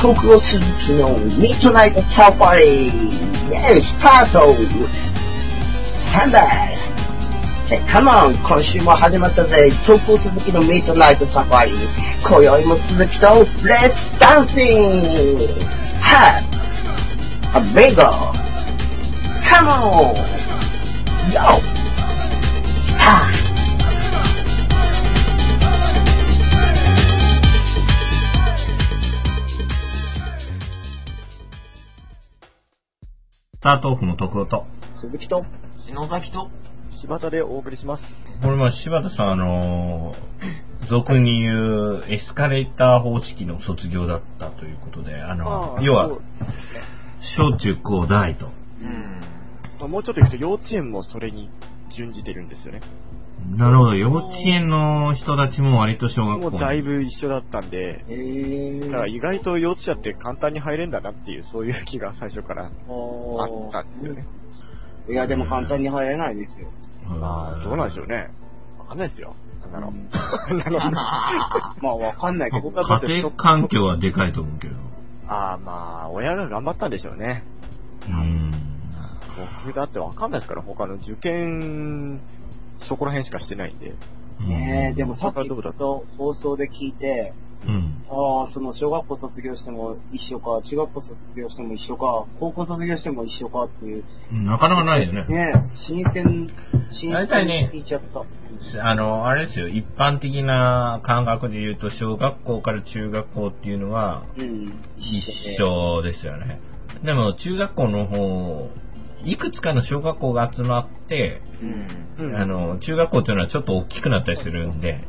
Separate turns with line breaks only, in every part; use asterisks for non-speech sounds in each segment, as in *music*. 徳を鈴木のミッドナイトサファリー、スタートサンダーえ、カモン今週も始まったぜ徳を鈴木のミッドナイトサファリー今宵も鈴木とレッツダンシングハッアビンゴカモンヨースター
スタートオフの徳と。
鈴木と
篠崎と
柴田でお送りします。
これも柴田さん、あのー俗に言うエスカレーター方式の卒業だったということで、あの
ああ
要は
そう、
小中高大と。
うん。
まあもうちょっと行くと幼稚園もそれに準じてるんですよね。
なるほど、幼稚園の人たちも割と小学
も
校
う
に
だいぶ一緒だったんで、
え
だから意外と幼稚園って簡単に入れんだなっていう、そういう気が最初からあったんですよね。
いや、でも簡単に入れないですよ。
うん
まあ、どうなんでしょうね。わかんないですよ。 *laughs* なんだろう。
ああ
まあ、わかんないけど。
僕はだって
家庭環境はでかいと思うけど。
ああ、まあ、親が頑張ったんでしょうね。
うん。
僕だってわかんないですから、他の受験、そこら辺しかしてないんで。
ねえ、でも
ん
さっきと放送で聞いて、
うん。
ああ、その小学校卒業しても一緒か、中学校卒業しても一緒か、高校卒業しても一緒かっていう、
なかなかないよね。
ねえ、新鮮、新
大
鮮
体
に
ね
聞いちゃった。
あの、あれですよ、一般的な感覚で言うと、小学校から中学校っていうのは、
うん、
一緒ですよね。でも、中学校の方、いくつかの小学校が集まって、
うん。
うん
あ、の、中学校というのはちょっと大きくなったりするんで、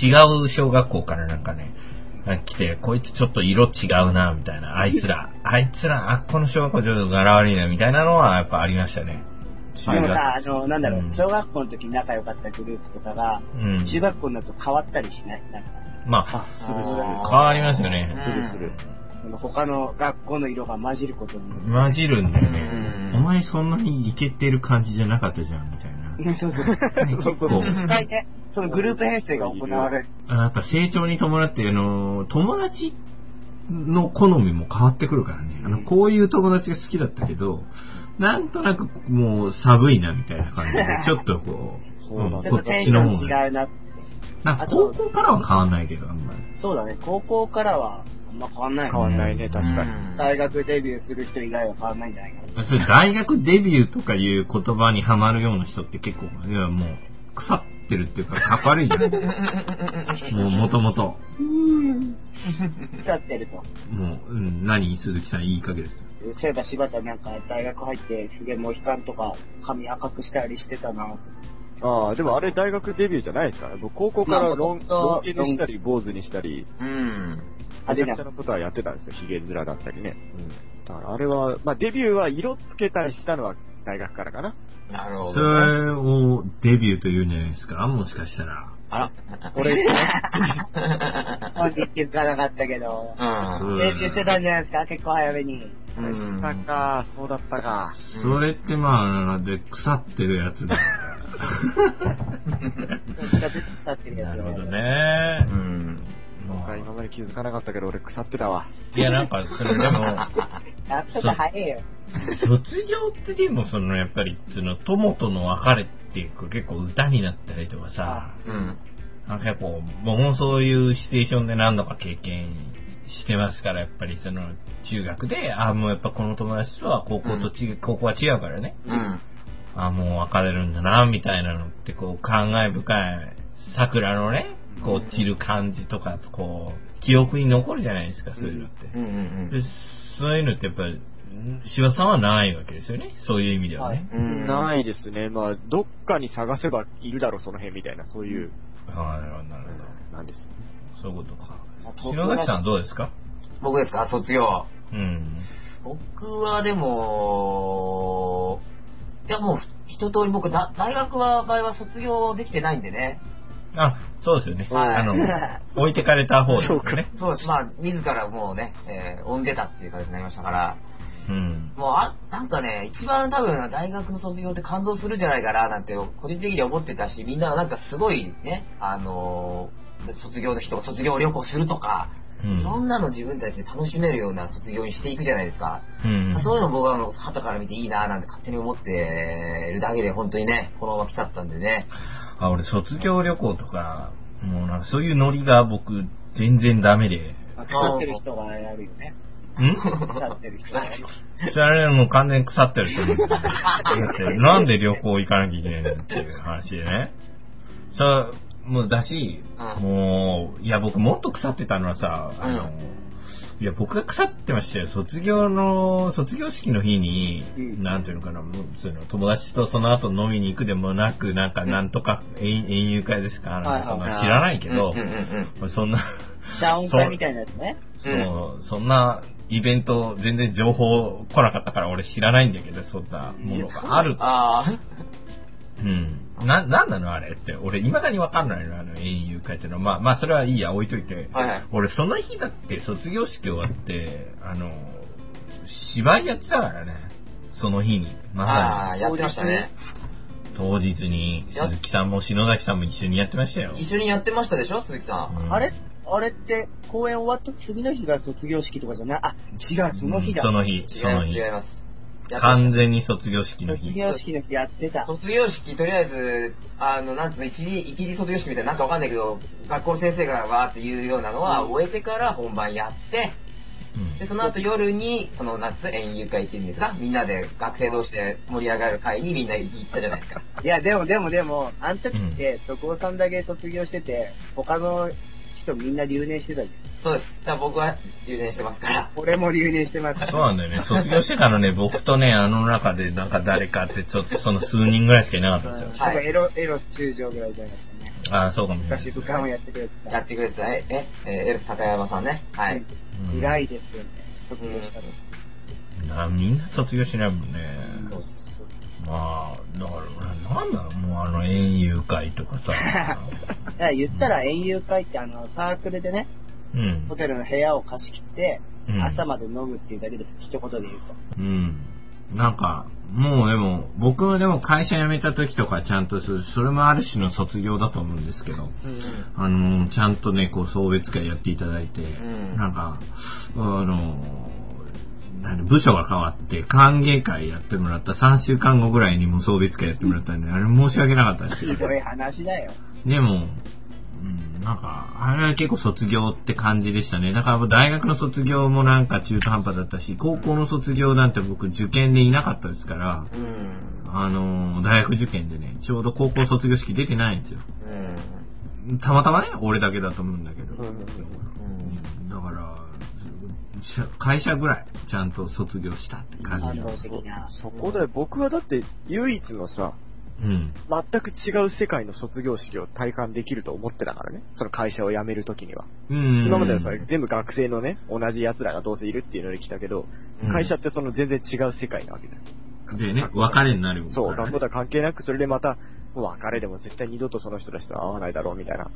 違う小学校からなんかね、来て、こいつちょっと色違うな、みたいな、あいつら、あいつら、あ、この小学校ちょっと柄悪いな、みたいなのはやっぱありましたね。中
でも
学
さ、あの、なんだろ
う
う、
ん
小学校の時仲良かったグループとかが、
うん。
中学校になると変わったりしないなんか、
まあ、
あ、するする。
変わりますよね。
するする。
その他の学校の色が混じることによって。
混じるんだよね。
うん
お前そんなにイケてる感じじゃなかったじゃん、みたいな。
そうそう。
結構、
大体、そのグループ編成が行われる。
あやっぱ成長に伴って、あの、友達の好みも変わってくるからね。あの、こういう友達が好きだったけど、なんとなくもう寒いなみたいな感じ
*laughs*
で、ちょっとこう、
そうなん
ん
だ
ち
こ
ょっとテ
っ
ン
ち
シ
の
ョン
方が。
違うな。
なんか高校からは変わんないけど、あんまり。
そうだね、高校からはあんま変わんない
変
よ
わ
ね。
んないね、確かに。
大学デビューする人以外は変わんないんじゃないかな。
それ大学デビューとかいう言葉にはまるような人って結構、いやもう、腐ってるっていうか、かっこ悪いじ
*laughs*
ゃん。もう、もともと。
腐ってると。
もう、うん、何鈴木さん、いい加減ですよ。
そういえば柴田なんか大学入ってすげえモヒカンとか髪赤くしたりしてたな。
ああ、でもあれ大学デビューじゃないですから、僕高校から
まあ
ロンロン毛
ロン
にしたり、坊主にしたり、
うん。
あ
め
れ
ちゃく
な
ちゃなことはやってたんですよ、ヒゲ面だったりね。だからあれは、まあデビューは色つけたりしたのは大学からかな。
なるほ
そ
どね。
れをデビューというんじゃないですか、もしかしたら。
あら、俺、
本人気づかなかったけど。
うん。
デビューしてたんじゃないですか結構早めに。
うん
したか、そうだったか。
それってまあ、なんで、腐ってるやつだ。
腐ってるや
*laughs* な
つ
るほど
ね。
ね
う。ん。
そうか、今まで気づかなかったけど、俺腐ってたわ。
いや、なんか、それでも、
あ、ちょっと早いよ。
卒業ってでも、その、やっぱり、その、友との別れっていうか、結構歌になったりとかさ、
うん。
なんかこう、僕もそういうシチュエーションで何度か経験してますから、やっぱりその、中学で、ああ、もうやっぱこの友達とは高校と違う、高校は違うからね。
うん。
ああ、もう別れるんだな、みたいなのって、こう、感慨深い、桜のね、こう、散る感じとか、こう、記憶に残るじゃないですか、そういうのって。
うん。うん
でそういうのってやっぱり、柴さんはないわけですよね、そういう意味ではね。
うん。い。
ないですね。まあ、どっかに探せばいるだろう、その辺みたいな、そういう、
はい、なるほど、なるほ
なんです。
ど。そういうことか。
まあ東京
篠
ら
崎
し
さんはどうですか
僕ですか卒業。
うん。
僕はでも、いやもう、一通り僕、だ大学は、場合は卒業できてないんでね。
あ、そうですよね。
はい
あの、置いてかれた方ですよね。
そうです。まあ、自らもうね、えー、恩出たっていう感じになりましたから。
うん。
もうあ、なんかね、一番多分大学の卒業って感動するんじゃないかななんて個人的には思ってたし、みんななんかすごいね、あのー卒業の人が卒業旅行するとか、
うん
いろんなの自分たちで楽しめるような卒業にしていくじゃないですか。
うん。
そういうの僕はあの、旗から見ていいなぁなんて勝手に思ってるだけで、本当にね、このまま来ちゃったんでね。
あ、俺、卒業旅行とか、もうなんかそういうノリが僕、全然ダメで。
まあ腐ってる人がやるよね。
ん
腐ってる人がやる。
それあれもう完全に腐ってる人ですよだってなんで旅行行かなきゃいけないのっていう話でね。そう、もうだし、
うん
もう、いや僕もっと腐ってたのはさ、あの、
う
いや僕が腐ってましたよ。卒業の、卒業式の日に、
うん
なんていうのかな、もうそういうの友達とその後飲みに行くでもなく、なんかなんとか、えん園遊会ですかなんかそん
は
な
いはいはい
知らないけど
うん、うんうん
俺そんな、
*laughs* ダウン会みたいなやつね。
うん
そう、そんなイベント、全然情報来なかったから俺知らないんだけど、そんなものがある。
ああ、
うん。な、なんなのあれって。俺、未だにわかんないの、あの、園遊会っていうのは。まあ、まあ、それはいいや、置いといて。
はいはい。
俺、その日だって、卒業式終わって、あの、芝居やってたからね。その日に。
あ
ま
あ、やってましたね。
さに、当日に、鈴木さんも篠崎さんも一緒にやってましたよ。
一緒にやってましたでしょ、鈴木さん。
うん
あれあれって、公演終わった次の日が卒業式とかじゃないあ、違う、その日だ
うんそ。の日、
違い
その
ます、
日
違い。ます。やってま
完
し
全に卒業式の
卒
日。
業式の日やってた
た。卒業式、とりあえず、あの、なんつうの、一時、一時卒業式みたいな、なんかわかんないけど、学校の先生がわーって言うようなのは、
うん
終えてから本番やって、
うん
で、その後夜に、その夏、園遊会っていうんですか、みんなで学生同士で盛り上がる会にみんな行ったじゃないですか。
いや、でもでもでも、あの時って、徳尾さんだけ卒業してて、他の人みんな留年してたじ
そうです。だから僕は留年してますか
ゃ
ら
ん。。俺も留年してます。
そうなんだよね。卒業してからね、僕とね、あの中でなんか誰かって、ちょっとその数人ぐらいしかいなかったん
なん
ですよ。
かエロ、エロ中上ぐらいじゃないですかね。
ああ、そうかもしれない
昔、。部下もやってくれて
や
た。
ってくれてた、え、え、えーエルス高山さんね。はい。
うん
偉いですよね。卒業したの。
なみんな卒業しないもんね。
そう
まあ、だから、なんだろう、もうあの、園遊会とか
*laughs*
さ。
だから言ったら、園遊会ってあの、サークルでね、
うん
ホ。テルの部屋を貸し切って、
うん
朝まで飲むっていうだけです。一言で言うと。
うん。なんか、もうでも、僕もでも会社辞めた時とかちゃんとする、それもある種の卒業だと思うんですけど、
うん。
あのちゃんとね、こう、送別会やっていただいて、
ん
なんか、あの、何部署が変わって、歓迎会やってもらった3週間後ぐらいにもう送別会やってもらったんで、あれ申し訳なかったんですけ
ひ *laughs* ど
ど、
い話だよ。
でも、うん、なんか、あれは結構卒業って感じでしたね。だから大学の卒業もなんか中途半端だったし、高校の卒業なんて僕受験でいなかったですから、
うん。
あの大学受験でね、ちょうど高校卒業式出てないんですよ。
うん。
たまたまね、俺だけだと思うんだけど。
うん。
だから、社会社ぐらい、ちゃんと卒業したって感
感
じ
動
です。
的な。
そこで僕はだって唯一のさ、
うん。
全く違う世界の卒業式を体感できると思ってたからね。その会社を辞めるときには。
うん。
今まではさ、全部学生のね、同じ奴らがどうせいるっていうので来たけど、
うん
会社ってその全然違う世界なわけだよ。
でね、別れになるからね
そう、学校とは関係なく、それでまた、もう別れでも絶対二度とその人たちとは会わないだろうみたいな。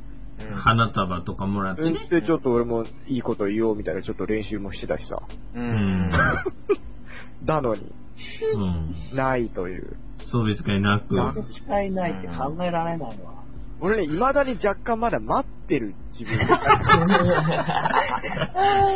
花束とかもらって
う
ね。
ん、で、ちょっと俺もいいこと言おうみたいな、ちょっと練習もしてたしさ。
う
うんん。
なのに、
うん。
ないという。
送別会なく。
泣く機会ないって考えられないわ。
俺ね、未だに若干まだ待ってる自分。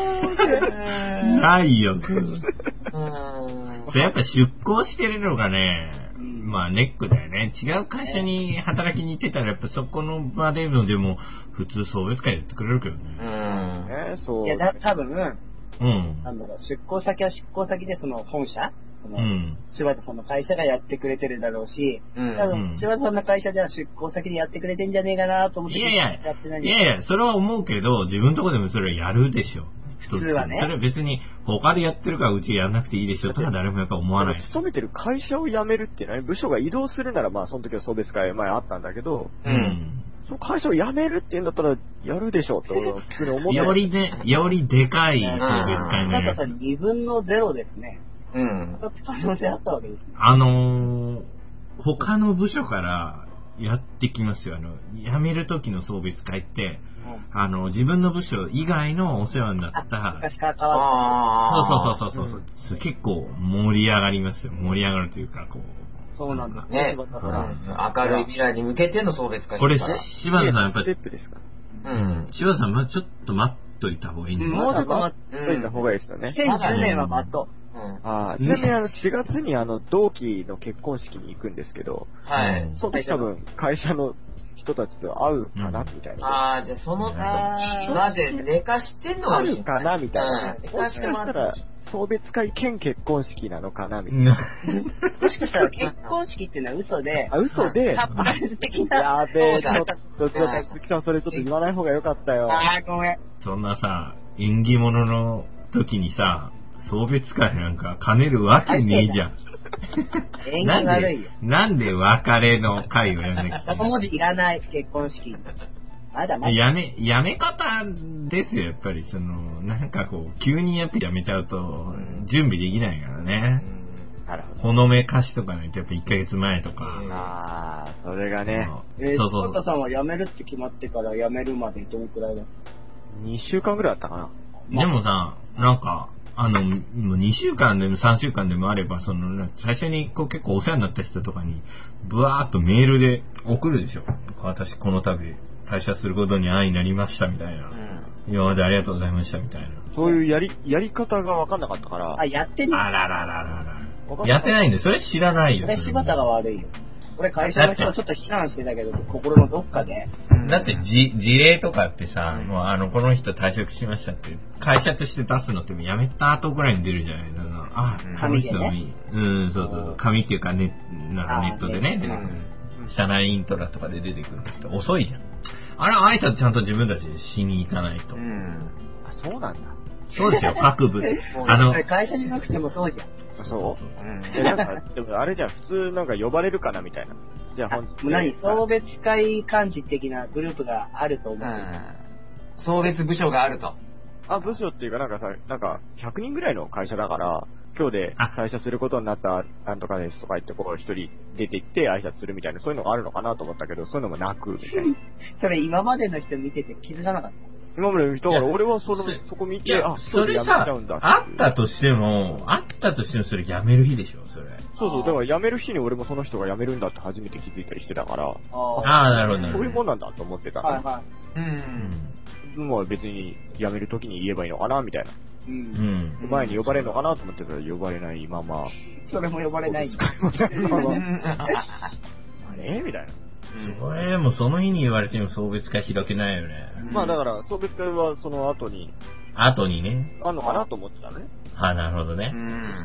ないよ。
うん。
でやっぱ出向してるのがね、
うん
まあネックだよね。違う会社に働きに行ってたら、やっぱそこの場でのでも、普通送別会やってくれるけど
う
ね。
ん。
ね、 *laughs* そう。
いや、だ、多分、
うん
な。んだろう、出向先は出向先で、その本社、そうの
ん。
柴田さんの会社がやってくれてるだろうし、
うん
多
うん
分、柴田さんの会社では出向先でやってくれてんじゃねえかなと思って、
いやいや
やってないん
い
だ
やいや、それは思うけど、自分のとこでもそれはやるでしょ。
普通はね
それは別に、他でやってるからうちやらなくていいでしょとか誰もやっぱ思わない。
勤めてる会社を辞めるっていうのはね、部署が移動するなら、まあ、その時は送別会前あったんだけど、
う。
うんん。
その会社を辞めるっていうんだったら、やるでしょうって俺は普通に思って
よりね、よりでかい送別会の
なん
や
か
つ
さ、2分の0ですね。
うん。
だって可能性あったわけです。
あのー、他の部署からやってきますよ。あの、辞める時の送別会って、あの、自分の部署以外のお世話になった、
昔から変わ
ああ。
そうそうそうそう、そう結構盛り上がりますよ。盛り上がるというか、こう。
そうなんですね、
ね、
柴田
ほら
さ
明るい未来に向けての送別会
これ
ですから、
柴田さんやっぱ
ステ
り、
ップですから。
うん。
柴田さん、ま、ちょっと待っといた方がいいんじゃない
もうちょっと待っ
といた方がいいですよね。
て、2010年は待と
うん。
ああ、ちなみにあの、4月にあの、同期の結婚式に行くんですけど、
は
う
い。
ん
その時多分、会社の人たちと会うかな、みたいな。
ああ、じゃあその時
あー
まで寝かしてんのが
あ
嬉しい
るかな、みたいな。
うん
もしかしたら、送別会兼結婚式なのかな、みたいな。
うん
う。もしかしたら結婚式っていうのは嘘で、
あ、嘘で、
カップル的な。
*laughs* やべえ、ちょ
そう
っと、ちょっと、鈴木さん、それちょっと言わない方がよかったよ。
あー、ごめん。
そんなさ、縁起物の時にさ、送別会なんか兼ねるわけねえじゃん。
縁
な
起
ん
悪
で
いよ。、
なんで別れの会をやんなきゃい
横
けな
文字いらない、結婚式。まだま
い
だ。
やめ、やめ方ですよ、やっぱり。その、なんかこう、急にやっぱやめちゃうと、準備できないからね。
なるほ
ほのめかしとかないと、やっぱ1ヶ月前とか。
ど。ああ、それがね、
そ
えー、
うそう
トカさんは辞めるって決まってから辞めるまでどのくらいだ
2週間ぐらいあったかな。
でもさ、なんか、あの、もう2週間でも3週間でもあれば、その、な最初にこう結構お世話になった人とかに、ブワーっとメールで送るでしょ。私この度、退社することに愛になりましたみたいな。今までありがとうございましたみたい
*laughs*
な。
そういうやり、やり方がわかんなかったから
あ、、やってね。
あららららら
わかん
や
な
っ
か
てないんで、それ知らないよ。
俺、
それ
柴田が悪いよ。俺、会社の人をちょっと非難してたけど、心のどっかで。
だってじ、事例とかってさ、もうあの、この人退職しましたって、会社として出すのって、やめた後ぐらいに出るじゃないそのあ
うん、
この人もいい。うん、そうそうそう。紙っていうかネ、なんかネットでね、
あ
出てく
うん
る。社内イントラとかで出てくるって遅いじゃん。あれ、挨拶ちゃんと自分たちでしに行かないと。
うん。あ、そうなんだ。
そうですよ、各部。あの
それ、会社じゃなくてもそうじゃん。
あそうえ、なんか、 *laughs* でもあれじゃん、普通なんか呼ばれるかな、みたいな。じゃあ
あ
本
も
日。
う何送別会幹事的なグループがあると思
う
う。
ん。送別部署があると。
あ、部署っていうかなんかさ、なんか、100人ぐらいの会社だから、今日で
あ
退社することになったなんとかですとか言って、こう一人出て行って挨拶するみたいな、そういうのがあるのかなと思ったけど、そういうのもなく、みたいな。
それ今までの人見てて気づかなかった。
今までの人から
いや
俺はその
そ、
そこ見
い
て、
や
あ、、
そ
今日
れ
で辞めちゃ
さ
うんだ、。
あったとしても、あったとしてもそれやめる日でしょ、それ。
そうそう、だから辞める日に俺もその人が辞めるんだって初めて気づいたりしてたから、
あ
ああ、なるほどなるほ
そ
ど。
ういうもんなんだと思ってた。
はいは
う。
うんん
まあ別に辞める時に言えばいいのかな、みたいな。
い。うん
う。ん。
前に呼ばれるのかなと思ってたら呼ばれないまま。
それも呼ばれない。
まあまあ
あ
あれみたいな。
それもその日に言われても送別会開けないよね。
まあだから、送別会はその後に、
後にね。
あんのかなと思ってたのね。
あ、なるほどね。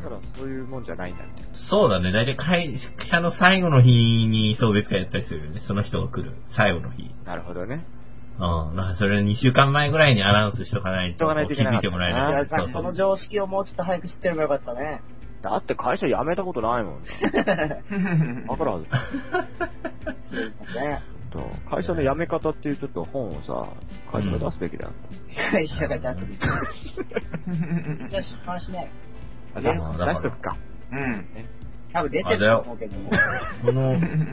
だからそういうもんじゃないんだみたい
そうだね。だいたい会社の最後の日に送別会やったりするよね。その人が来る。最後の日。
な。なるほどね。
うん。だからそれを2週間前ぐらいにアナウンスしとかないと
しとかないとい
気
けな
づ
か
いて
った
もらえない。
そ
そうそう
の常識をもうちょっと早く知ってればよかったね。
だって会社辞めたことな
*laughs*
いもん。わからん。
そうですね。
会社の辞め方っていうちょっと本をさ、会社が出すべきだよ。
会社が
*laughs*
出す。じゃあ出版しない。
あ
だ
出
から
す出しとくか。
多分出てると思うけども。
この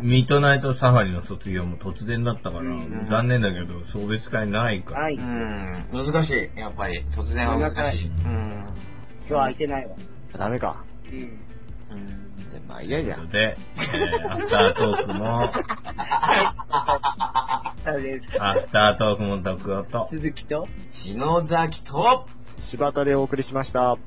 ミッドナイトサファリの卒業も突然だったから、
うん
残念だけど送別会ないから。
はい。
う
今
ん。難しい。やっぱり。突然は難しい。うん。
日は空いてないわ。
ダメか。
うん。
うん
まあ嫌じゃ。
というんことで、えー、アフタートーク
*laughs*
も、
そうです。
アフタートークも特夫と、
続きと
篠崎と、
柴田でお送りしました。